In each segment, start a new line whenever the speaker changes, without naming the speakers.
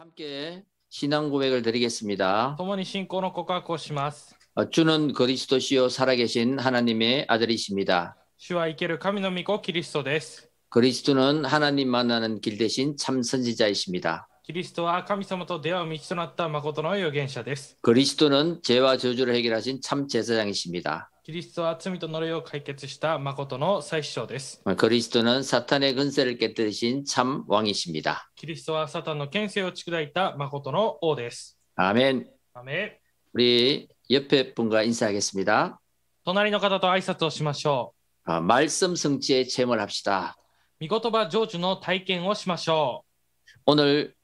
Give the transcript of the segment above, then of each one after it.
함께 신앙 고백을 드리겠습니다.
共に信仰の告白をします。
어, 주는 그리스도시요 살아계신 하나님의 아들이십니다.
主は生ける神の御子キリストです。
그리스도는 하나님 만나는 길 대신 참 선지자이십니다.
キリストは神様と出会う道となった誠の預言者です。
그리스도는 죄와 저주를 해결하신 참 제사장이십니다.
キリストは罪と呪いを解決した誠の最首相です。
어, 그리스도는 사탄의 근세를 깨뜨리신 참 왕이십니다.
キリストはサタンの権勢を砕いた誠の王です。
아멘.
アメン
우리 옆에 분과 인사하겠습니다.
隣の方と挨拶をしましょ
아, 말씀 성취에 체험을 합시다.
う。御言葉成就の体験をしましょ
오늘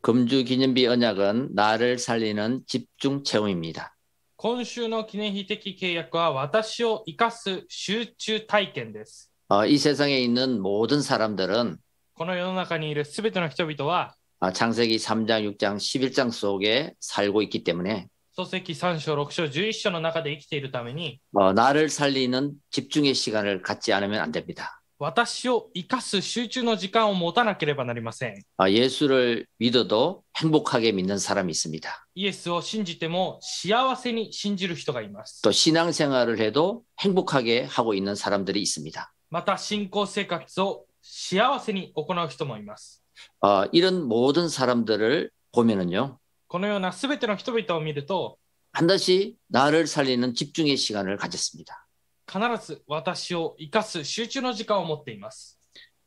금주 기념비 언약은 나를 살리는 집중 체험입니다.
う。今週の記念碑的契約は私を生かす集中体験です。
어, 이 세상에 있는 모든 사람들은
この世の中にいるすべての人々は
아, 창세기 3장, 6장, 11장 속에 살고 있기 때문에
書籍3章、6章、11章の中で生きているために、
어, 나를 살리는 집중의 시간을 갖지 않으면 안 됩니다.
私を生かす集中の時間を持たなければなりません。
아, 예수를 믿어도 행복하게 믿는 사람이 있습니다.
イエスを信じても幸せに信じる人がいます。
또 신앙생활을 해도 행복하게 하고 있는 사람들이 있습니다.
また信仰生活を幸せに行う人もいます。
어, 이런 모든 사람들을 보면은요,
このようなすべての人々を見ると、
반드시 나를 살리는 집중의 시간을 가졌습니다.
必ず私を生かす集中の時間を持っています。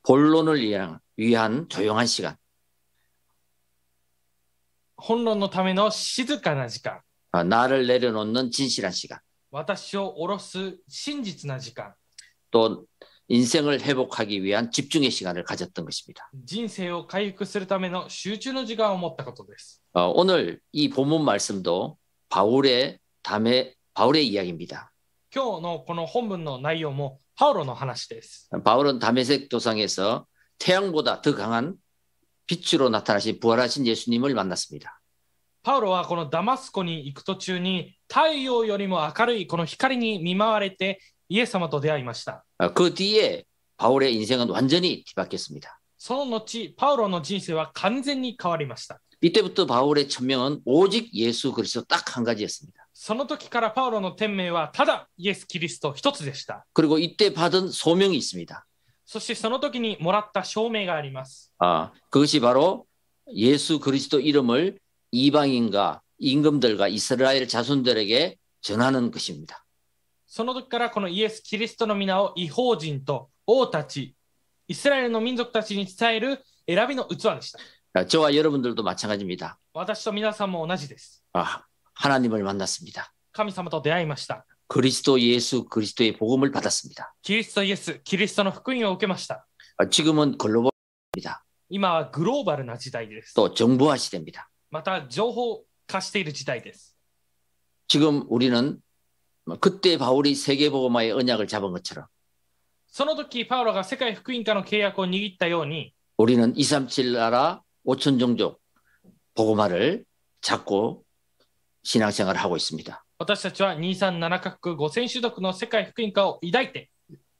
본론을 위한, 위한 조용한 시간.
本論のための静かな時間、
아, 나를 내려놓는 진실한 시간.
私を下ろす真実な時間、
또 인생을 회복하기 위한 집중의 시간을 가졌던 것입니다.
人生を回復するための集中の時間を持ったことです。
어, 오늘 이 본문 말씀도 바울의 담에 바울의 이야기입니다.
今日のこの本文の内容もパウロの話です。
바울은 담에색 도상에서 태양보다 더 강한 빛으로 나타나신 부활하신 예수님을 만났습니다.
パウロはこのダマスコに行く途中に太陽よりも明るいこの光に見舞われてイエス様と出会いました。
어, 그 뒤에 바울의 인생은 완전히 뒤바뀌었습니다.
その後、パウロの人生は完全に変わりました。
이때부터 바울의 천명은 오직 예수 그리스도 딱 한 가지였습니다.
その時からパウロの天命はただイエス・キリスト一つでした。
그리고 이때 받은 소명이 있습니다.
そしてその時にもらった証明があります。
아, 그것이 바로 예수 그리스도 이름을 이방인과 임금들과 이스라엘 자손들에게 전하는 것입니다.
その時からこのイエス・キリストの皆を違法人と王たち、イスラエルの民族たちに伝える選びの器でした。
아, 저와 여러분들도 마찬가지입니다.
私と皆さんも同じです。
아, 하나님을 만났습니다.
神様と出会いました。
그리스도 예수 그리스도의 복음을 받았습니다.
キリストイエス、キリストの福音を受けました。
아, 지금은 글로벌입니다.
今はグローバルな時代です。
또 정보화 시대입니다.
また情報化している時代です。
지금 우리는 뭐 그때 바울이 세계복음화의 언약을 잡은 것처럼
その時、パウロが世界福音化の契約を握ったように、
우리는 237 나라 5천 종족 복음화를 잡고 신앙생활을 하고 있습니다.
私たちは237カ国5000種族の世界福音化を抱いて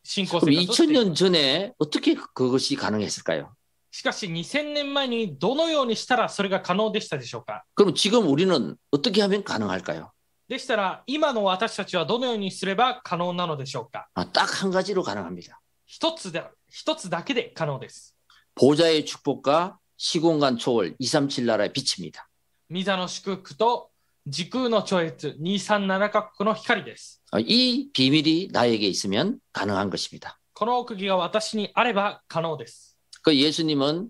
信仰生
그럼
活をしている
2000년 전에 어떻게 그것이 가능했을까요?
しかし2000年前にどのようにしたらそれが可能でしたでしょうか
그럼 지금 우리는 어떻게 하면 가능할까요?
でしたら今の私たちはどのようにすれば可能なのでしょうか
아, 딱 한 가지로 가능합니다.
一つで一つだけで可能です。
보좌의 축복과 시공간 초월 237 나라의 빛입니다.
ミザの祝福と時空の超越237カ国の光です。
어, 이 비밀이 나에게 있으면 가능한 것입니다.
この奥義が私にあれば可能です。
그 예수님은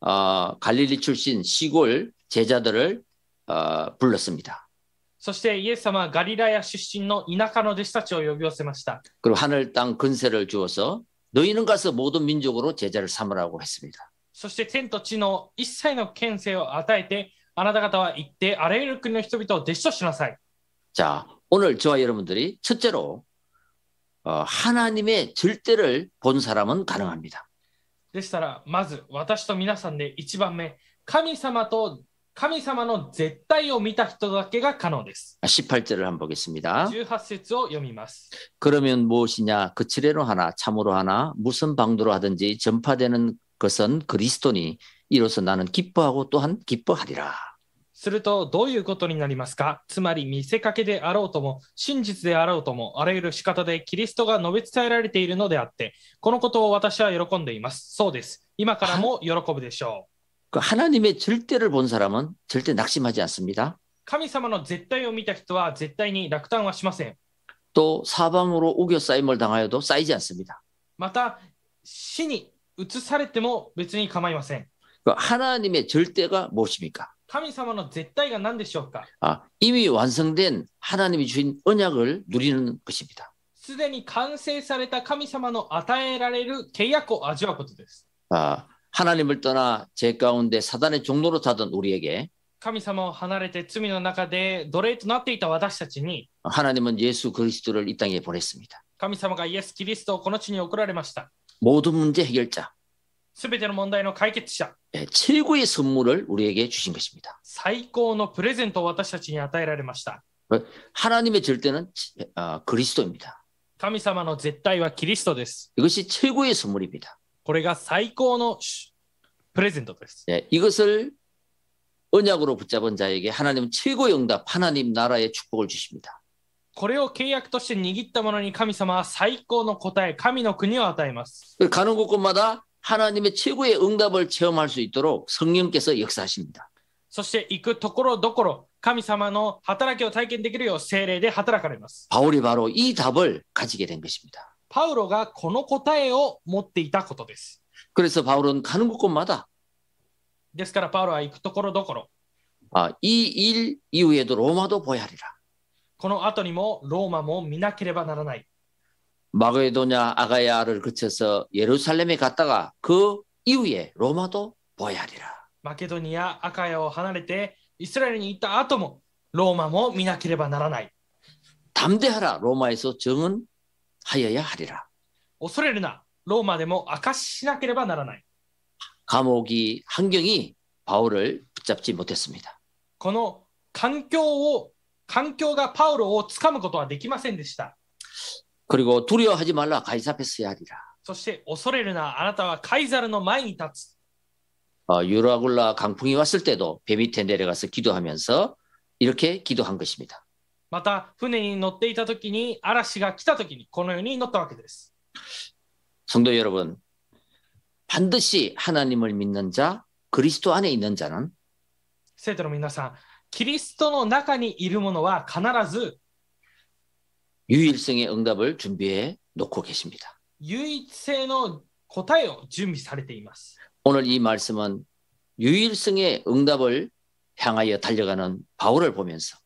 어, 갈릴리 출신 시골 제자들을 어, 불렀습니다.
そしてイエス様はガリラヤ出身の田舎の弟子たちを呼び寄せました。
그리고 하늘 땅 근세를 주어서 너희는 가서 모든 민족으로 제자를 삼으라고 했습니다.
そして天と地の一切の権勢を与えて、あなた方は行ってあらゆる国の人々を弟子としなさい。
자, 오늘 저와 여러분들이 첫째로 어, 하나님의 절대를 본 사람은 가능합니다.
でしたら、まず私と皆さんで1番目、神様と神様の絶対を見た人だけが可能です。
18절을 아, 한번 보겠습니다.
18節を読みます。
그러면 무엇이냐? 그 칠해로 하나, 참으로 하나, 무슨 방도로 하든지 전파되는 것은 그리스도니 이로써 나는 기뻐하고 또한 기뻐하리라.
するとどういうことになりますかつまり見せかけであろうとも真実であろうともあらゆる仕方でキリストが述べ伝えられているのであってこのことを私は喜んでいますそうです今からも喜ぶでしょう
그 하나님의 절대를 본 사람은 절대 낙심하지 않습니다.
神様の絶対を見た人は絶対に落胆はしません
또 사방으로 우겨 쌓임을 당하여도 쌓이지 않습니다.
また死に移されても別に構いません
그 하나님의 절대가 무엇입니까?
神様の絶対が何でしょうか
아, 이미 완성된 하나님이 주인 언약을 누리는 것입니다.
すでに完成された神様の与えられる契約を味わうことです。
아, 하나님을 떠나 제 가운데 사단의 종로로 타던 우리에게
神様を離れて罪の中で奴隷となっていた私たちに、
하나님은 예수 그리스도를 이 땅에 보냈습니다.
神様がイエス・キリストをこの地に送られました。
모든 문제 해결자,
すべての問題の解決者、
예, 최고의 선물을 우리에게 주신 것입니다.
最高のプレゼントを私たちに与えられました。
하나님의 절대는 아, 그리스도입니다.
神様の絶対はキリストです。
이것이 최고의 선물입니다.
これが最高のしプレゼントです。
예, 이것을 언약으로 붙잡은 자에게 하나님은 최고의 응답, 하나님 나라의 축복을 주십니다.
これを契約として握ったものに神様は最高の答え、神の国を与えます。
가는 곳곳마다 하나님의 최고의 응답을 체험할 수 있도록 성령께서 역사하십니다.
そして行くところどころ、神様の働きを体験できるよう精霊で働かれます。
바울이 바로 이 답을 가지게 된 것입니다.
パウロがこの答えを持っていたことです。
그래서 바울은 가는 곳곳마다
ですからパウロは行くところどころ、
아, 이 일 이후에도 로마도 보야 하리라.
この後にもローマも見なければならない。
마게도냐 아가야를 거쳐서 예루살렘에 갔다가 그 이후에 로마도 보야 하리라.
マケドニア、アカヤを離れてイスラエルに行った後もローマも見なければならない。
담대하라 로마에서 정은 하여야 하리라.
恐れるな、ローマでも証ししなければならない。
감옥이 환경이 바울을 붙잡지 못했습니다.
この環境を、環境がパウロをつかむことはできませんでした。
그리고 두려워하지 말라 가이사 앞에 서야 하리라.
そして恐れるな、あなたはカイザルの前に立つ。
어, 유라굴라 강풍이 왔을 때도 배 밑에 내려가서 기도하면서 이렇게 기도한 것입니다.
また船に乗っていた時に嵐が来た時にこのように乗ったわけです。
성도 여러분, 반드시 하나님을 믿는 자, 그리스도 안에 있는 자는
生徒の皆さん、キリストの中にいるものは必ず
유일성의 응답을 준비해 놓고 계십니다.
唯一性の答えを準備されています。
오늘 이 말씀은 유일성의 응답을 향하여 달려가는 바울을 보면서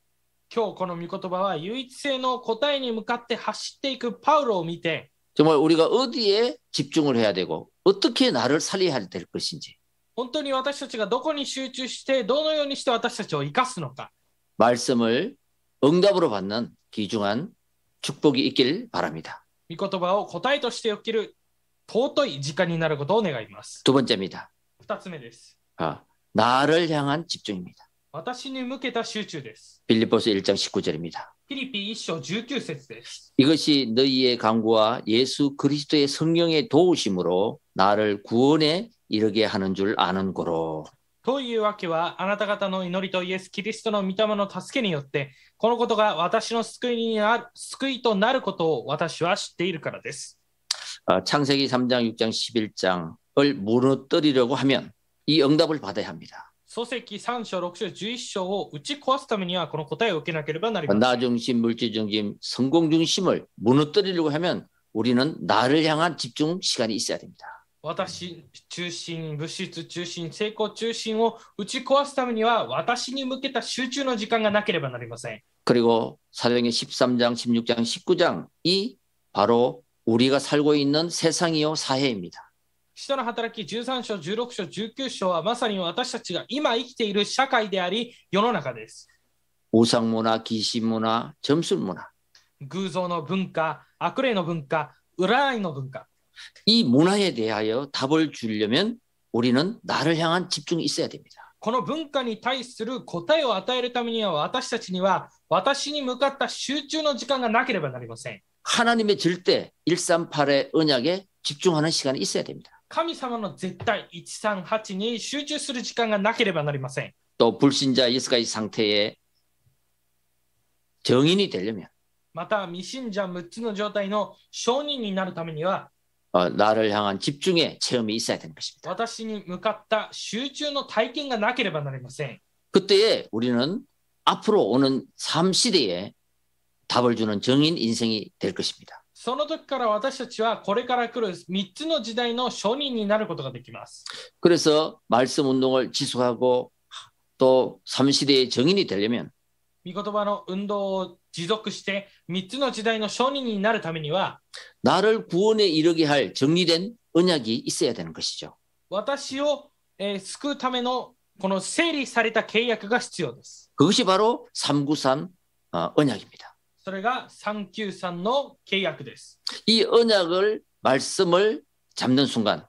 今日この御言葉は唯一性の答えに向かって走っていくパウロを見て
정말 우리가 어디에 집중을 해야 되고 어떻게 나를 살려야 될 것인지
本当に私たちがどこに集中してどのようにして私たちを生かすのか
말씀을 응답으로 받는 귀중한 축복이 있길 바랍니다.
御言葉を答えとして起きる尊い時間になることを願います。
두 번째입니다.
2つ目です。
아, 나를 향한 집중입니다.
私に向けた集中です。
빌립보서 1장 19절입니다.
フィリピン1章19節です。
이것이 너희의 강구와 예수 그리스도의 성령의 도우심으로 나를 구원에 이르게 하는 줄 아는 고로.
というわけは、あなた方の祈りとイエス・キリストの御霊の助けによって、このことが私の救いになる救いとなることを私は知っているからです。
아, 창세기 3장 6장 11장을 무너뜨리려고 하면 이 응답을 받아야 합니다.
創世記3章、6章、11章を打ち壊すためには、この答えを受けなければなりません。
나 중심, 물질 중심, 성공 중심을 무너뜨리려고 하면 우리는 나를 향한 집중 시간이 있어야 됩니다.
私中心、物質中心、成功中心を打ち壊すためには、私に向けた集中の時間がなければなりません。
그리고 사도행전 13장, 16장, 19장이 바로 우리가 살고 있는 세상이요 사회입니다.
人の働き13章、16章、19章はまさに私たちが今生きている社会であり、世の中です。
우상 문화, 귀신 문화, 점술 문화.
偶像の文化、悪霊の文化、占いの文化。
이 문화에 대하여 답을 주려면 우리는 나를 향한 집중이 있어야 됩니다.
この文化に対する答えを与えるためには私たちには私に向かった集中の時間がなければなりません。
하나님의 절대 138의 언약에 집중하는 시간이 있어야 됩니다.
神様の絶対138に集中する時間がなければなりません。
또 불신자 이스가의 상태에 정인이 되려면
また、未信者6つの状態の証人になるためには、
어, 나를 향한 집중의 체험이 있어야 되는 것입니다.
私に向かった集中の体験がなければなりません。
그때에 우리는 앞으로 오는 삶 시대에 답을 주는 정인 인생이 될 것입니다.
その時から私たちはこれから来る3つの時代の証人になることができます。
그래서 말씀 운동을 지속하고 또 삶 시대의 정인이 되려면
御言葉の運動を持続して3つの時代の証人になるためには
나를 구원에 이르게 할 정리된 언약이 있어야 되는 것이죠.
私を、えー救うためのこの整理された契約が必要です。
그것이 바로 393 어, 언약입니다.
それが393の契約です。
이 언약을 말씀을 잡는 순간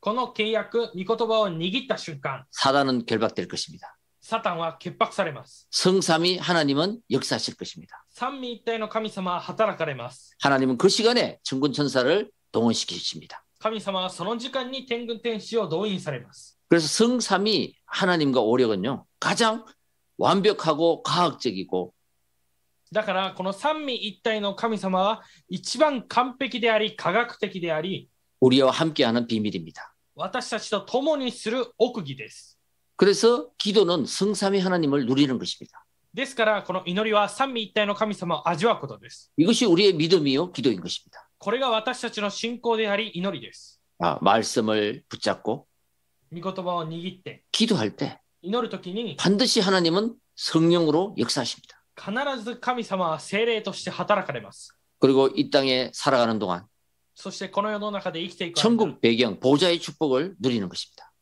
この契約、御言葉を握った瞬間、
사단은 결박될 것입니다.
サタンは潔白されます。
성삼이 하나님은 역사하실 것입니다.
三位一体の神様は働かれます。
하나님은 그 시간에 천군 천사를 동원시키십니다.
神様はその時間に天軍天使を動員されます。
그래서 성삼이 하나님과 오력은요 가장 완벽하고 과학적이고
だからこの三位一体の神様は一番完璧であり科学的であり
우리와 함께하는 비밀입니다.
私たちと共にする奥義です。
그래서 기도는 성삼이 하나님을 누리는 것입니다.
ですからこの祈りは三位一体の神様を味わうことです。
이것이 우리의 믿음이요 기도인 것입니다.
これが私たちの信仰であり祈りです。
아, 말씀을 붙잡고
御言葉を握って
기도할 때
祈るときに
반드시 하나님은 성령으로 역사하십니다.
必ず神様は精霊として働かれます。
그리고 이 땅에 살아가는 동안
そしてこの世の中で生きていく間
천국 배경 보좌의 축복을 누리는 것입니다.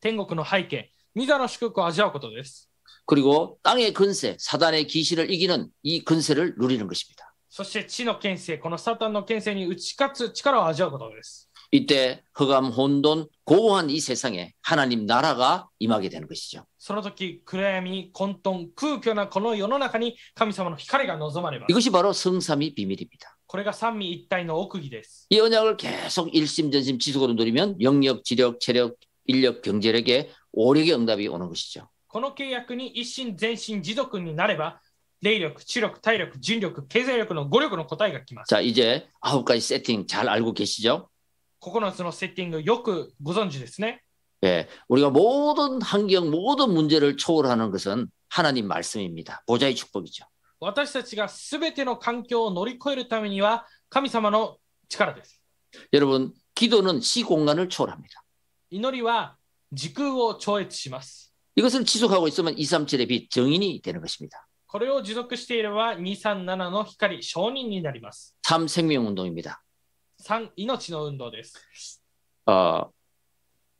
天国の背景、御座の祝福を味わうことです。
그리고 땅의 근세, 사단의 기시를 이기는 이 근세를 누리는 것입니다.
そして地の権勢、このサタンの権勢に打ち勝つ力を味わうことです。
이때 허감, 혼돈, 고호한 이 세상에 하나님 나라가 임하게 되는 것이죠.
その時、暗闇、混沌、空虚なこの世の中に神様の光が望まれます。
이것이 바로 성삼위 비밀입니다.
これが三位一体の奥義です。
이 언약을 계속 일심 전심 지속으로 누리면 영력, 지력, 체력, 인력, 경제력에 오력의 응답이 오는 것이죠.
この契約に一心全身持続になれば、霊力、知力、体力、人力、経済力の5力の答えがきます。
자, 이제 아홉 가지 세팅 잘 알고 계시죠?
9つのセッティング、よくご存知ですね。
예, 우리가 모든 환경, 모든 문제를 초월하는 것은 하나님 말씀입니다. 보좌의 축복이죠.
私たちがすべての環境を乗り越えるためには、神様の力です。
여러분, 기도는 시 공간을 초월합니다.
祈りは時空を超越します。
이것을 지속하고 있으면 237의 빛 정인이 되는 것입니다.
これを持続していれば237の光、承認になります。
3 생명 운동입니다.
3、命の運動です。
어,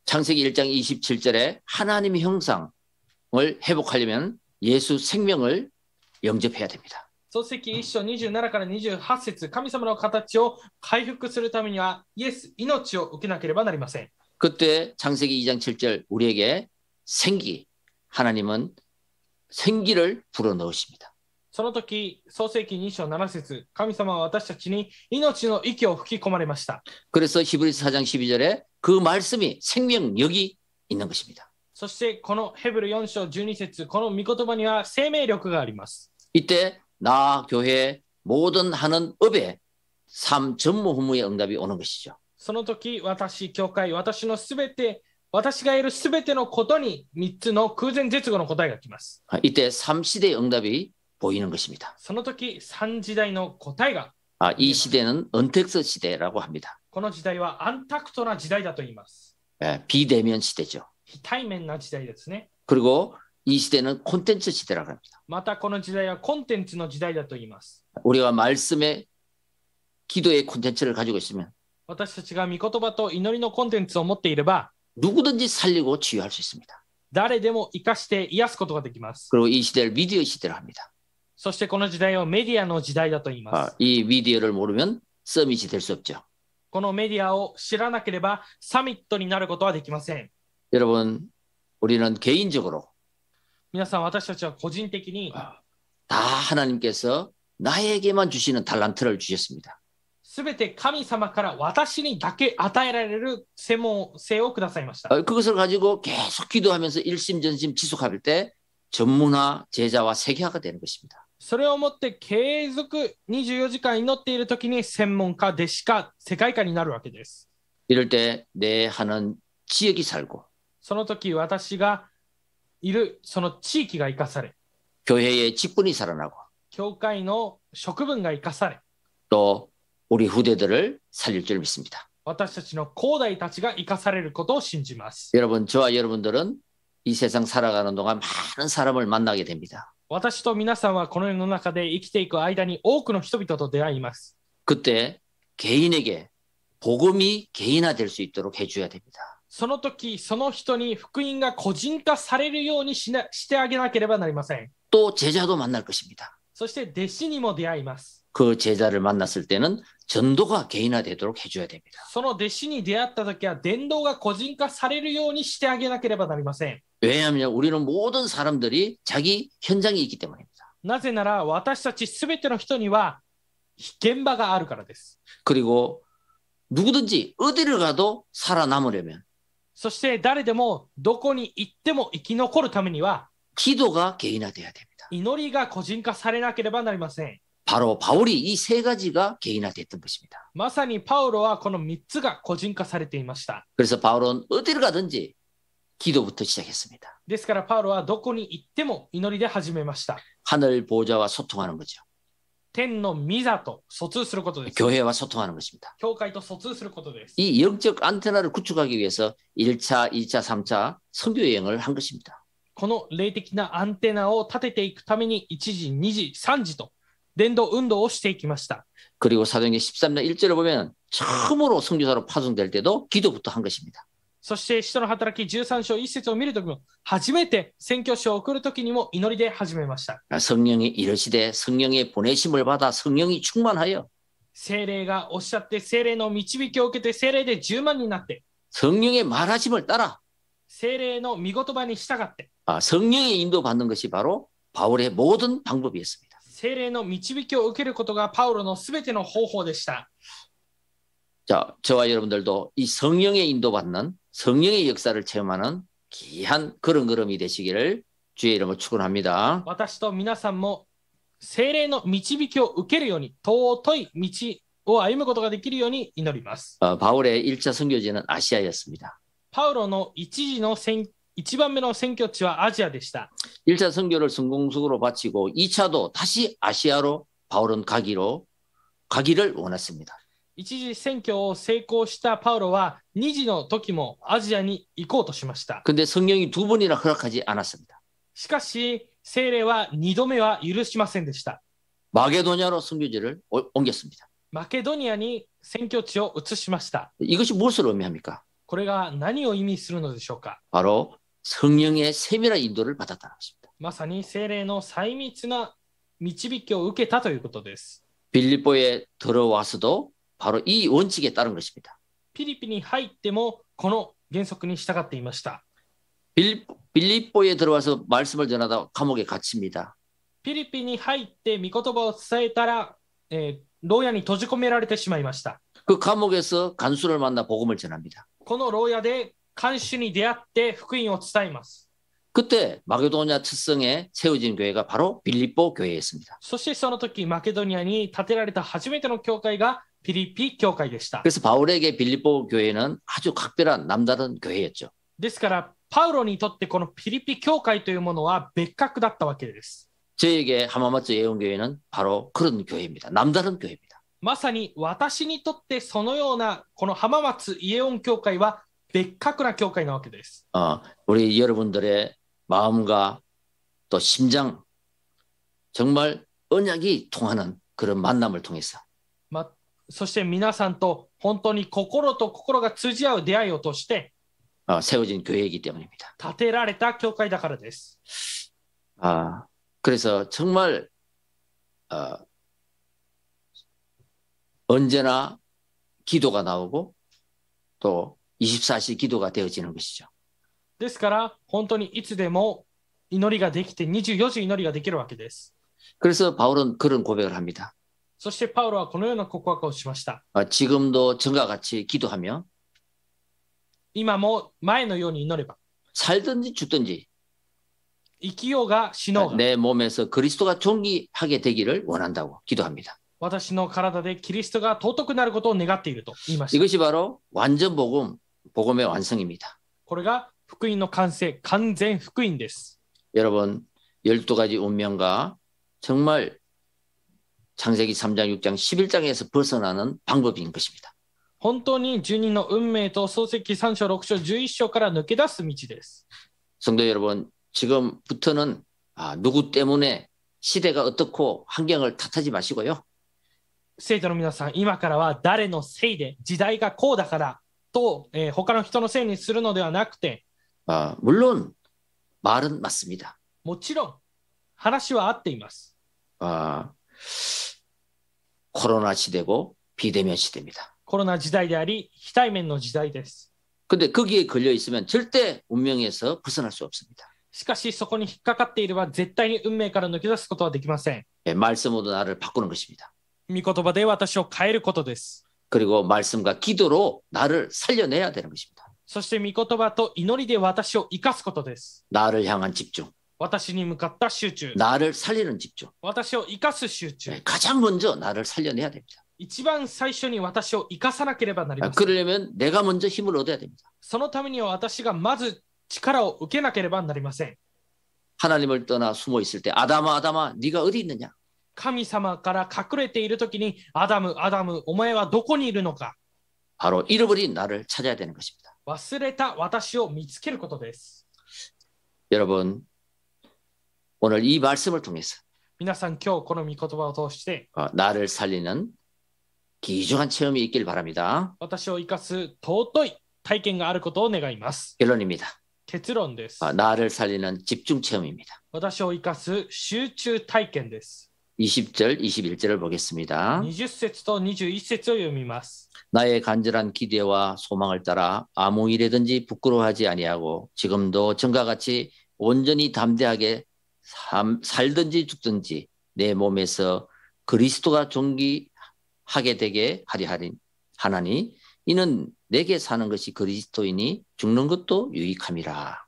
창세기 1장 27절에 하나님의 형상을 회복하려면 예수 생명을 영접해야 됩니다.
創世記1章27から28節神様の形を回復するためには、イエス、命を受けなければなりません。
그때 창세기 2장 7절 우리에게 생기, 하나님은 생기를 불어넣으십니다.
その時、創世記2章7節神様は私たちに命の息を吹き込まれました。
그래서 히브리서 4장 12절에 그 말씀이 생명력이 있는 것입니다.
そして、このヘブル4章12節この御言葉には生命力があります。
이때 나 교회 모든 하는 업에 삶 전무후무의 응답이 오는 것이죠.
その時、私、教会、私のすべて、私がいるすべてのことに3つの空前絶後の答えが来ます。
아, 이때 삶 시대의 응답이 보이는 것입니다.
その時、3時代の答えが、
아, 이 시대는 언택트 시대라고 합니다.
この時代はアンタクトな時代だと言います。
예, 비대면 시대죠.
非対面な時代ですね。
그리고 이 시대는 콘텐츠 시대라고 합니다.
またこの時代はコンテンツの時代だと言います。
우리가 말씀의 기도의 콘텐츠를 가지고 있으면
私たちが御言葉と祈りのコンテンツを持っていれば、
누구든지 살리고 치유할 수 있습니다.
誰でも生かして癒すことができます。
그리고 이 시대를 미디어 시대로 합니다.
そしてこの時代をメディアの時代だと言
아,
います。
이 미디어를 모르면 서밋이 될 수 없죠.
このメディアを知らなければサミットになることはできません。
여러분, 우리는 개인적으로
皆さん、私たちは個人的に
다 하나님께서 나에게만 주시는 달란트를 주셨습니다.
すべて神様から私にだけ与えられる専門性をくださいました。
어, 그것을 가지고 계속 기도하면서 일심전심 지속할 때 전문화, 제자와 세계화가 되는 것입니다.
それをもって継続24時間祈っているときに専門家、弟子か世界家になるわけです。
이럴 때 내 하는 지역이 살고
その時私がいるその地域が生かされ、
교회의 직분이 살아나고
教会の職分が生かされ、
또 우리 후대들을 살릴 줄 믿습니다.
私たちの後代たちが生かされることを信じます。
여러분, 저와 여러분들은 이 세상 살아가는 동안 많은 사람을 만나게 됩니다.
私と皆さんはこの世の中で生きていく間に多くの人々と出会います。
그때 개인에게 복음이 개인화될 수 있도록 해줘야 됩니다.
その時、その人に福音が個人化されるようにしなしてあげなければなりません。
또 제자도 만날 것입니다.
そして弟子にも出会います。
그 제자를 만났을 때는 전도가 개인화되도록 해줘야 됩니다.
その弟子に出会った時は伝道が個人化されるようにしてあげなければなりません。
왜냐하면 우리는 모든 사람들이 자기 현장이 있기 때문입니다.
なぜなら私たちすべての人には現場があるからです。
그리고 누구든지 어디를 가도 살아남으려면
そして誰でもどこに行っても生き残るためには
기도가 개인화돼야 됩니다.
祈りが個人化されなければなりません。
바로 바울이 이 세 가지가 개인화됐던 것입니다.
まさにパウロはこの3つが個人化されていました。
그래서 바울은 어디를 가든지 기도부터 시작했습니다.
ですからパウロはどこに行っても祈りで始めました。
하늘 보좌와 소통하는 거죠.
天の御座と疎通することです。
교회와 소통하는 것입니다.
教会と疎通することです。
이 영적 안테나를 구축하기 위해서 1차, 2차, 3차 선교 여행을 한 것입니다.
この霊的なアンテナを立てていくために1時、2時、3時と伝道運動をしていきました。
그리고 사도행전 13장 1절을 보면 처음으로 선교사로 파송될 때도 기도부터 한 것입니다.
そして使徒の働き13章1節を見るときも初めて宣教師を送るときにも祈りで始めました。
그러니까 성령이 이르시되 성령의 보내심을 받아 성령이 충만하여
聖霊がおっしゃって聖霊の導きを受けて聖霊で10万になって
성령의 말하심을 따라
聖霊の御言葉に従って
아, 성령의 인도받는 것이 바로 바울의 모든 방법이었습니다.
精霊の導きを受けることがパウロのすべての方法でした。
자, 저와 여러분들도 이 성령의 인도받는 성령의 역사를 체험하는 귀한 그런 걸음이 되시기를 주의 이름으로 축원합니다.
私と皆さんも精霊の導きを受けるように尊い道を歩むことができるように祈ります。
어, 바울의 1차 선교지는 아시아였습니다.
パウロの一時の宣一番目の選挙地はアジアでした。
1차 선교를 성공적으로 마치고 2차도 다시 아시아로 바울은 가기로 가기를 원했습니다.
一次選挙を成功したパウロは二次の時もアジアに行こうとしました。
근데 성령이 두 번이나 허락하지 않았습니다.
しかし精霊は二度目は許しませんでした。
마게도냐로 선교지를 오- 옮겼습니다.
マケドニアに選挙地を移しました。
이것이 무엇을 의미합니까?
これが何を意味するのでしょうか
바로 성령의 세밀한 인도를 받았다는 것입니다.
まさに精霊の細密な導きを受けたということです。
빌립보에 들어와서도 바로 이 원칙에 따른 것입니다.
ピリピに入ってもこの原則に従っていました。
빌, 빌립보에 들어와서 말씀을 전하다 감옥에 갇힙니다.
ピリピに入って御言葉を伝えたら、えー牢屋に閉じ込められてしまいました。
그 감옥에서 간수를 만나 복음을 전합니다.
この牢屋で看守に出会って福音を伝えます。
그때 마게도냐 특성에 세워진 교회가 바로 빌립보 교회였습니다.
そしてその時マケドニアに建てられた初めての教会がピリピ教会でした。
그래서 바울에게 빌립보 교회는 아주 각별한 남다른 교회였죠.
ですからパウロにとってこのピリピ教会というものは別格だったわけです。
저에게 하마마츠 예언교회는 바로 그런 교회입니다. 남다른 교회입니다.
まさに私にとってそのようなこの浜松イエオン教会は別格な教会なわけです。
어, 우리 여러분들의 마음과 또 심장 정말 언약이 통하는 그런 만남을 통해서
ま、そして皆さんと本当に心と心が通じ合う出会いを通して
어, 세워진 교회이기 때문입니다.
建てられた教会だからです。
아, 그래서 정말 어, 언제나 기도가 나오고 또 24시 기도가 되어지는 것이죠.
ですから本当にいつでも祈りができて24時祈りができるわけです。
그래서 바울은 그런 고백을 합니다.
そしてパウロはこのような告白をしました。
아, 지금도 전과 같이 기도하며
今も前のように祈れば、
살든지 죽든지
生きようが死のうが、
내 몸에서 그리스도가 존귀하게 되기를 원한다고 기도합니다.
私の体でキリストが尊くなることを願っていると言いました。
이것이 바로 완전 복음, 복음의 완성입니다.
これが福音の完成、完全福音です。
여러분, 12가지 운명과 정말 창세기 3장, 6장, 11장에서 벗어나는 방법인 것입니다.
本当に住人の運命と漱石3章6章11章から抜け出す道です。
성도 여러분, 지금부터는 아, 누구 때문에 시대가 어떻고 환경을 탓하지 마시고요.
生徒の皆さん、今からは誰のせいで、時代がこうだからと、えー他の人のせいにするのではなくて、
아, 물론 말은 맞습니다.
もちろん話は合っています。
아, 코로나 시대고 비대면 시대입니다.
コロナ時代であり、非対面の時代です。
근데 거기에 걸려 있으면 절대 운명에서 벗어날 수 없습니다.
しかし、そこに引っかかっていれば、絶対に運命から抜け出すことはできません。
예, 말씀으로 나를 바꾸는 것입니다.
御言葉で私を変えることです。
그리고 말씀과 기도로 나를 살려내야 되는 것입니다.
そして、御言葉と祈りで私を生かすことです。
나를 향한 집중,
私に向かった集中。
나를 살리는 집중.
私を生かす集中
예, 。 가장 먼저 나를 살려내야 됩니다.
一番最初に私を生かさなければなり
아,
ません。
그러려면 내가 먼저 힘을 얻어야 됩니다.
そのためには私がまず力を受けなければなりません。
하나님을 떠나 숨어 있을 때 아담아 아담아 네가 어디 있느냐?
神様から隠れているときに、アダム、アダム、お前はどこにいるのか
바로 잃어버린 나를 찾아야 되는 것입니다.
忘れた私を見つけることです。
여러분 오늘 이 말씀을 통해서
皆さん、今日この御言葉を通して、
어, 나를 살리는 귀중한 체험이 있길 바랍니다.
私を生かす尊い体験があることを願います。
결론입니다.
結論です。
아, 나를 살리는 집중 체험입니다.
私を生かす集中体験です。
20절, 21절을 보겠습니다.
20節と21節を読みます。
나의 간절한 기대와 소망을 따라 아무 일에든지 부끄러워하지 아니하고 지금도 전과 같이 온전히 담대하게 삶- 살든지 죽든지 내 몸에서 그리스도가 존귀하게 되게 하리 하리 하나니 이는 내게 사는 것이 그리스도이니 죽는 것도 유익함이라.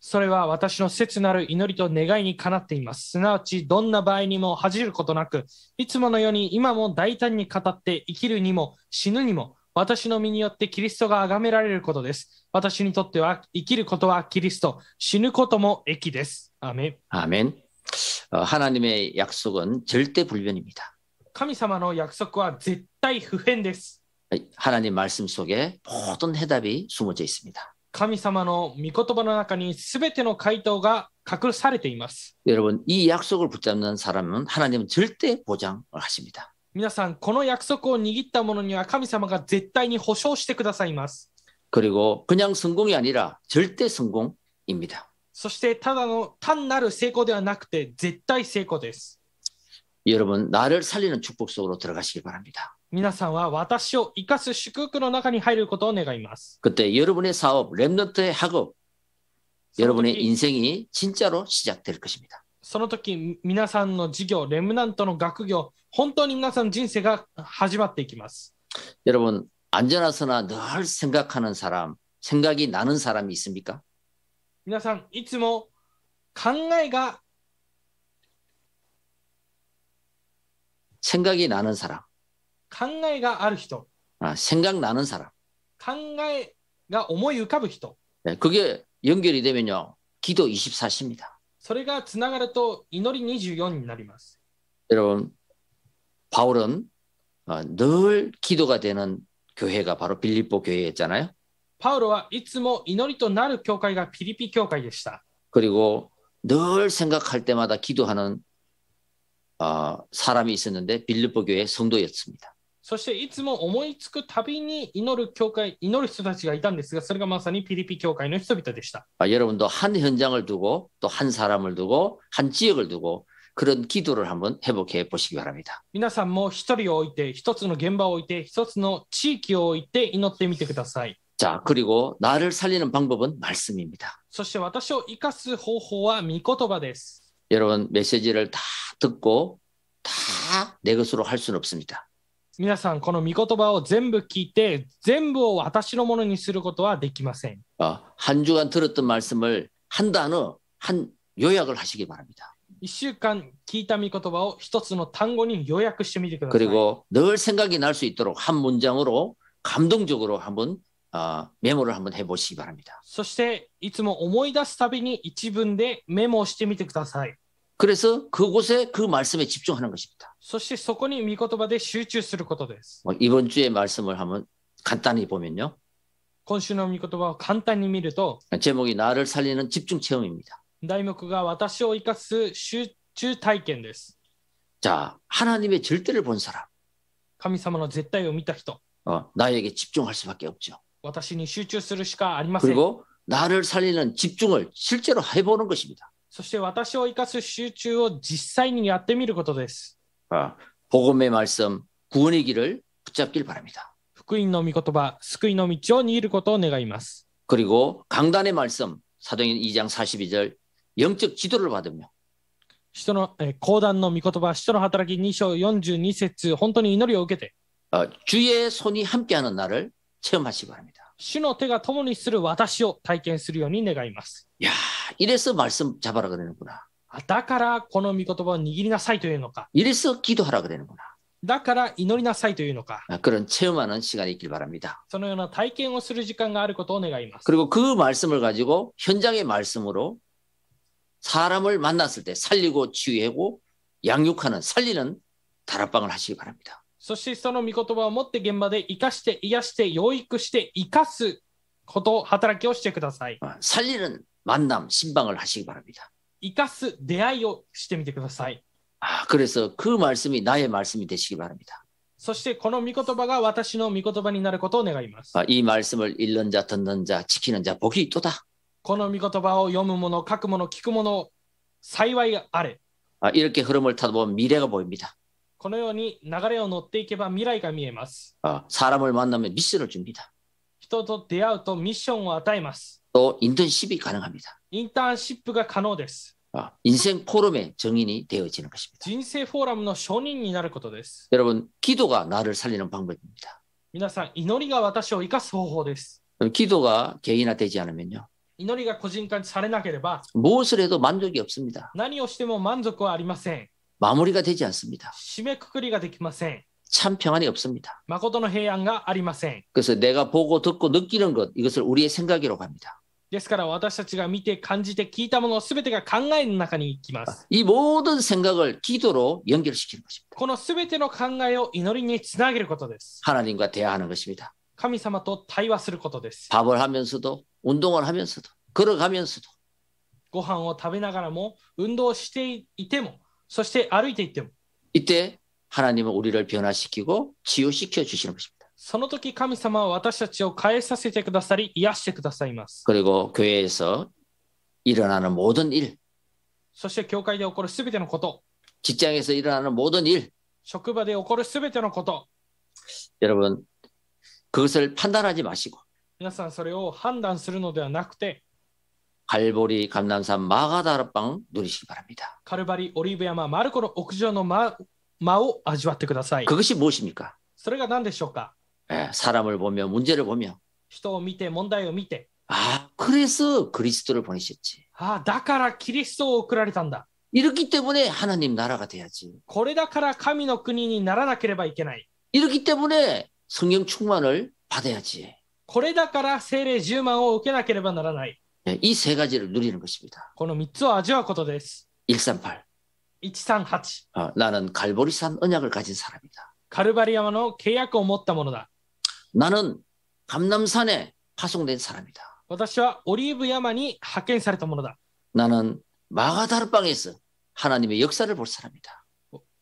それは私の切なる祈りと願いにかなっています。すなわち、どんな場合にも恥じることなく、いつものように今も大胆に語って生きるにも死ぬにも、私の身によってキリストが崇められることです。私にとっては生きることはキリスト、死ぬことも益です。アーメン
아멘. 어, 하나님의 약속은 절대 불변입니다.
神様の約束は絶対不変です。
하나님 말씀 속에 모든 해답이 숨어져 있습니다.
神様の御言葉の中に全ての回答が隠されています。
여러분 이 약속을 붙잡는 사람은 하나님은 절대 보장을 하십니다.
皆さん、この約束を握った者には神様が絶対に保証してくださいます。
그리고 그냥 성공이 아니라 절대 성공입니다.
そしてただの単なる成功ではなくて絶対成功です。
여러분 나를 살리는 축복 속으로 들어가시길 바랍니다.
皆さんは私を生かす祝福の中に入ることを願います。
그때 여러분의 사업, 랩런트의 학업,
その
여러분의
時
인생이 진짜로 시작될 것입니다.
その時皆さんの事業、レムナントの学業、本当に皆さん人生が始まっていきます。
여러분 안전하서나 늘 생각하는 사람, 생각이 나는 사람이 있습니까?
皆さん、いつも考えが、
생각이 나는 사람,
考えがある人、
아, 생각나는 사람.
考えが思い浮かぶ人、
네, 그게 연결이 되면요. 기도 24시입니다.
それがつながると祈り24になります。
여러분 바울은 어, 늘 기도가 되는 교회가 바로 빌립보 교회였잖아요.
パウロはいつも祈りとなる教会がピリピ教会でした。
그리고 늘 생각할 때마다 기도하는 어, 사람이 있었는데 빌립보 교회 성도였습니다.
そしていつも思いつくたびに祈る教会、祈る人たちがいたんですが、それがまさにピリピ教会の人々でした。
아, 여러분도 한 현장을 두고 또 한 사람을 두고 한 지역을 두고 그런 기도를 한번 회복해 보시기 바랍니다.
皆さんも一人を置いて、一つの現場を置いて、一つの地域を置いて祈ってみてください。
자, 그리고 나를 살리는 방법은 말씀입니다.
そして私を生かす方法は御言葉です。
여러분 메시지를 다 듣고 다 내 것으로 할 수는 없습니다.
皆さん、この御言葉を全部聞いて、全部を私のものにすることはできません。
어, 한 주간 들었던 말씀을 한 단어, 한 요약을 하시기 바랍니다.
1週間聞いた御言葉を一つの単語に要約してみてください。
그리고 늘 생각이 날 수 있도록 한 문장으로 감동적으로 한번 어, 메모를 한번 해보시기 바랍니다.
そして、いつも思い出すたびに一文でメモをしてみてください。
그래서 그곳에 그 말씀에 집중하는 것입니다.
そして、そこに御言葉で集中することです。
어, 이번 주의 말씀을 한번 간단히 보면요.
今週の御言葉を簡単に見ると、
제목이 나를 살리는 집중 체험입니다.
題目が私を生かす集中体験です。
자, 하나님의 절대를 본 사람,
神様の絶対を見た人、
어, 나에게 집중할 수밖에 없죠.
私に集中するしかありません。
그리고 나를 살리는 집중을 실제로 해보는 것입니다.
そして私を生かす集中を実際にやってみることです。
아, 복음의 말씀, 구원의 길을 붙잡길 바랍니다.
福音の御言葉、救いの道を握ることを願います。
그리고 강단의 말씀, 사도행 2장 42절, 영적 지도를 받으며
人の、えー講談の御言葉、人の働き2章42節、本当に祈りを受けて、
어, 주의 손이 함께하는 나를 체험하시기 바랍니다.
主の手が共にする私を体験するように願います。
야, 아, 이래서 말씀 잡아라 그러는구나.
あだからこの御言葉を握りなさいというのか、
이래서 기도하라 그러는구나.
だから祈りなさいというのか、
아, 그런 체험하는 시간이 있길 바랍니다.
そのような体験をする時間があることを願います。
그리고 그 말씀을 가지고 현장의 말씀으로 사람을 만났을 때 살리고 치유하고 양육하는 살리는 다락방을 하시기 바랍니다.
そしてその御言葉を持って現場で生かして、癒して、養育して、生かすこと、働きをしてください。
어, 살리는 만남, 신방을 하시기 바랍니다.
生かす出会いをしてみてください。
아, 그래서 그 말씀이 나의 말씀이 되시기 바랍니다.
そしてこの御言葉が私の御言葉になることを願います。
아, 이 말씀을 읽는 자, 듣는 자, 지키는 자, 복이 있도다.
この御言葉を読む者、書く者、聞く者、幸いあれ。
아, 이렇게 흐름을 타다 보면 미래가 보입니다.
このように流れを乗っていけば未来が見えます。
어, 사람을 만나면 미션을 줍니다.
人と出会うとミッションを与えます。
또 인턴십이 가능합니다.
インターンシップが可能です。
어, 인생 포럼의 정인이 되어지는 것입니다.
人生フォーラムの承認になることです。
여러분, 기도가 나를 살리는 방법입니다.
皆さん、祈りが私を生かす方法です。
그럼 기도가 개인화되지 않으면요.
祈りが個人化されなければ、
무엇을 해도 만족이 없습니다.
何をしても満足はありません。
마무리가 되지 않습니다.
締めくくりができません。
참 평안이 없습니다.
誠の平安がありません。
그래서 내가 보고 듣고 느끼는 것 이것을 우리의 생각이라고 합니다.
ですから私たちが見て感じて聞いたものすべてが考えの中に行きます。
이 모든 생각을 기도로 연결시키는 것입니다.
このすべての考えを祈りにつなげることです。
하나님과 대화하는 것입니다.
神様と対話することです。
밥을 하면서도 운동을 하면서도 걸어가면서도
ご飯を食べながらも、運動していても、そして歩いていても、
이때 하나님은 우리를 변화시키고 치유시켜 주시는 것입니다.
その時神様は私たちを変えさせてくださり、癒してくださいます。
그리고 교회에서 일어나는 모든 일,
そして教会で起こるすべてのこと、
직장에서 일어나는 모든 일,
職場で起こるすべてのこと、
여러분 그것을 판단하지 마시고
皆さんそれを判断するのではなくて、
갈보리 감남산 마가다락방 누리시기 바랍니다.
カルバリ、オリーブ山、マルコの屋上の間間を味わってください。
그것이 무엇입니까?
それが何でしょうか
예, 사람을 보며 문제를 보며
人を見て問題を見て
아 그래서 그리스도를 보내셨지.
ああだからキリストを送られたんだ
이렇기 때문에 하나님 나라가 돼야지.
これだから神の国にならなければいけない
이렇기 때문에 성령 충만을 받아야지.
これだから聖霊10万を受けなければならない
예, 이 세 가지를 누리는 것입니다.
この3つを味わうことです
138.
138
어, 나는 갈보리산 언약을 가진 사람이다.
カルバリ山の契約を持ったものだ
나는 감남산에 파송된 사람이다.
私はオリーブ山に派遣されたものだ
나는 마가다르방에서 하나님의 역사를 볼 사람이다.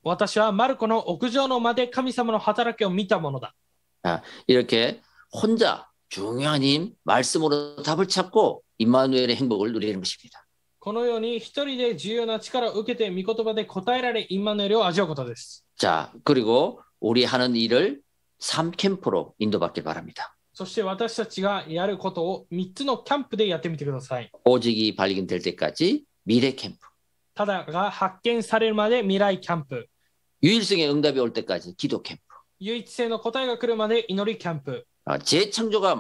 私はマルコの屋上の間で神様の働きを見たものだ
이렇게 혼자 중요한 힘 말씀으로 답을 찾고 임마누엘의 행복을 누리는 것입니다.
このように一人で重要な力を受けて御言葉で答えられインマヌエルを味わうことです
자, 그리고 우리 하는 일을 삼 캠프로 인도받길 바랍니다.
そして私たちがやることを3つのキャンプでやってみてください。
오직이 발견될 때까지 미래 캠프,
ただが発見されるまで未来キャンプ、
유일성의 응답이 올 때까지 기도 캠프.
唯一性の答えが来るまで祈りキャンプ
아, 재창조가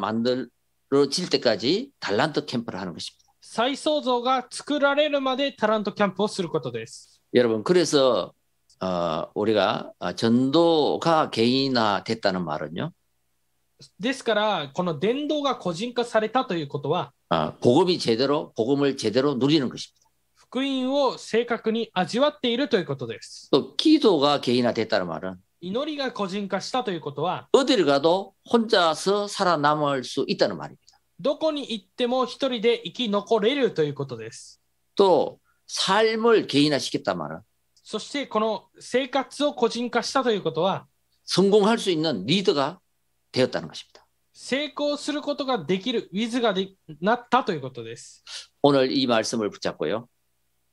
만들어질 때까지 달란트 캠프를 하는 것입니다.
再創造が作られるまでタラントキャンプをすることです
여러분, 그래서 어, 우리가 아, 전도가 개인화됐다는 말은요,
ですからこの伝道が個人化されたということは
아, 복음이 제대로 복음을 제대로 누리는 것입니다.
福音を正確に味わっているということです
또 기도가 개인화됐다는 말은
祈りが個人化したということは
어디를 가도 혼자서 살아남을 수 있다는 말입니다.
どこに行っても一人で生き残れるということです
또 삶을 개인화시켰단 말은
そしてこの生活を個人化したということは
성공할 수 있는 리더가 되었다는 것입니다.
成功することができるウィズがでなったということです。
오늘 이 말씀을 붙잡고요.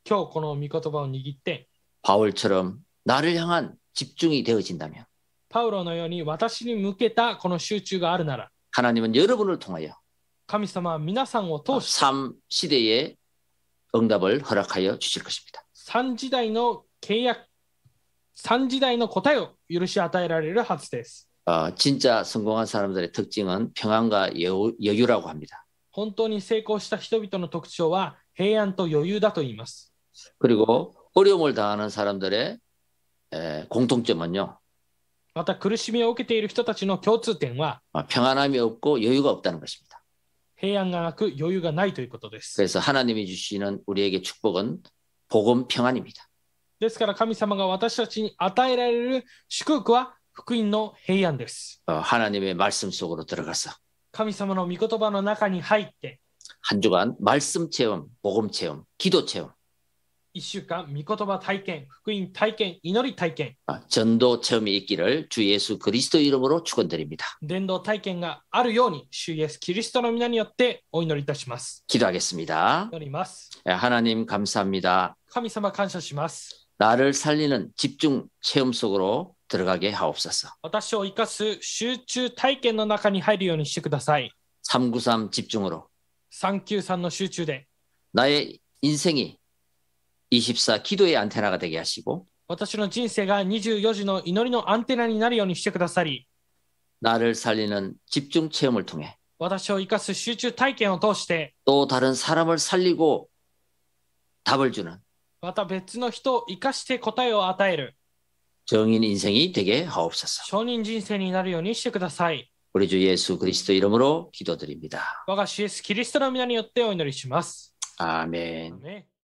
今日この御言葉を握って、
바울처럼 나를 향한 집중이 되어진다면
パウロのように私に向けたこの集中があるなら、
하나님은 여러분을 통하여
神様は皆さんを通し、
삶 시대에 응답을 허락하여 주실 것입니다.
3時代の契約、3時代の答えを許し与えられるはずです。
어, 진짜 성공한 사람들의 특징은 평안과 여유, 여유라고 합니다.
本当に成功した人々の特徴は平安と余裕だと言います。
그리고 어려움을 당하는 사람들의 에, 공통점은요.
また苦しみを受けている人たちの共通点は、
어, 평안함이 없고 여유가 없다는 것입니다.
平安がなく余裕がないということです。
그래서 하나님이 주시는 우리에게 축복은 복음 평안입니다.
ですから神様が私たちに与えられる祝福は福音の平安です。
어, 하나님의 말씀 속으로 들어가서
神様の御言葉の中に入って、
한 주간 말씀 체험, 복음 체험, 기도 체험,
1週間御言葉体験、福音体験、祈り体験、
아, 전도 체험이 있기를 주 예수 그리스도 이름으로 축원드립니다.
伝道体験があるように、主イエスキリストの皆によってお祈りいたします。
기도하겠습니다.
祈ります。
예, 하나님 감사합니다.
神様感謝します。
나를 살리는 집중 체험 속으로 들어가게 하옵소서.
私を生かす集中体験の中に入るようにしてください。
393 집중으로
393の集中で、
나의 인생이 24 기도의 안테나가 되게 하시고
私の人生が24時の祈りのアンテナになるようにしてくださり、
나를 살리는 집중 체험을 통해
私を生かす集中体験を通して、
또 다른 사람을 살리고 답을 주는
また別の人を生かして答えを与える
정인 인생이 되게 하옵소서.
承認人生になるようにしてください
우리 주 예수 그리스도 이름으로 기도드립니다.
我が主イエスキリストの皆によってお祈りします、
아멘.
アーメン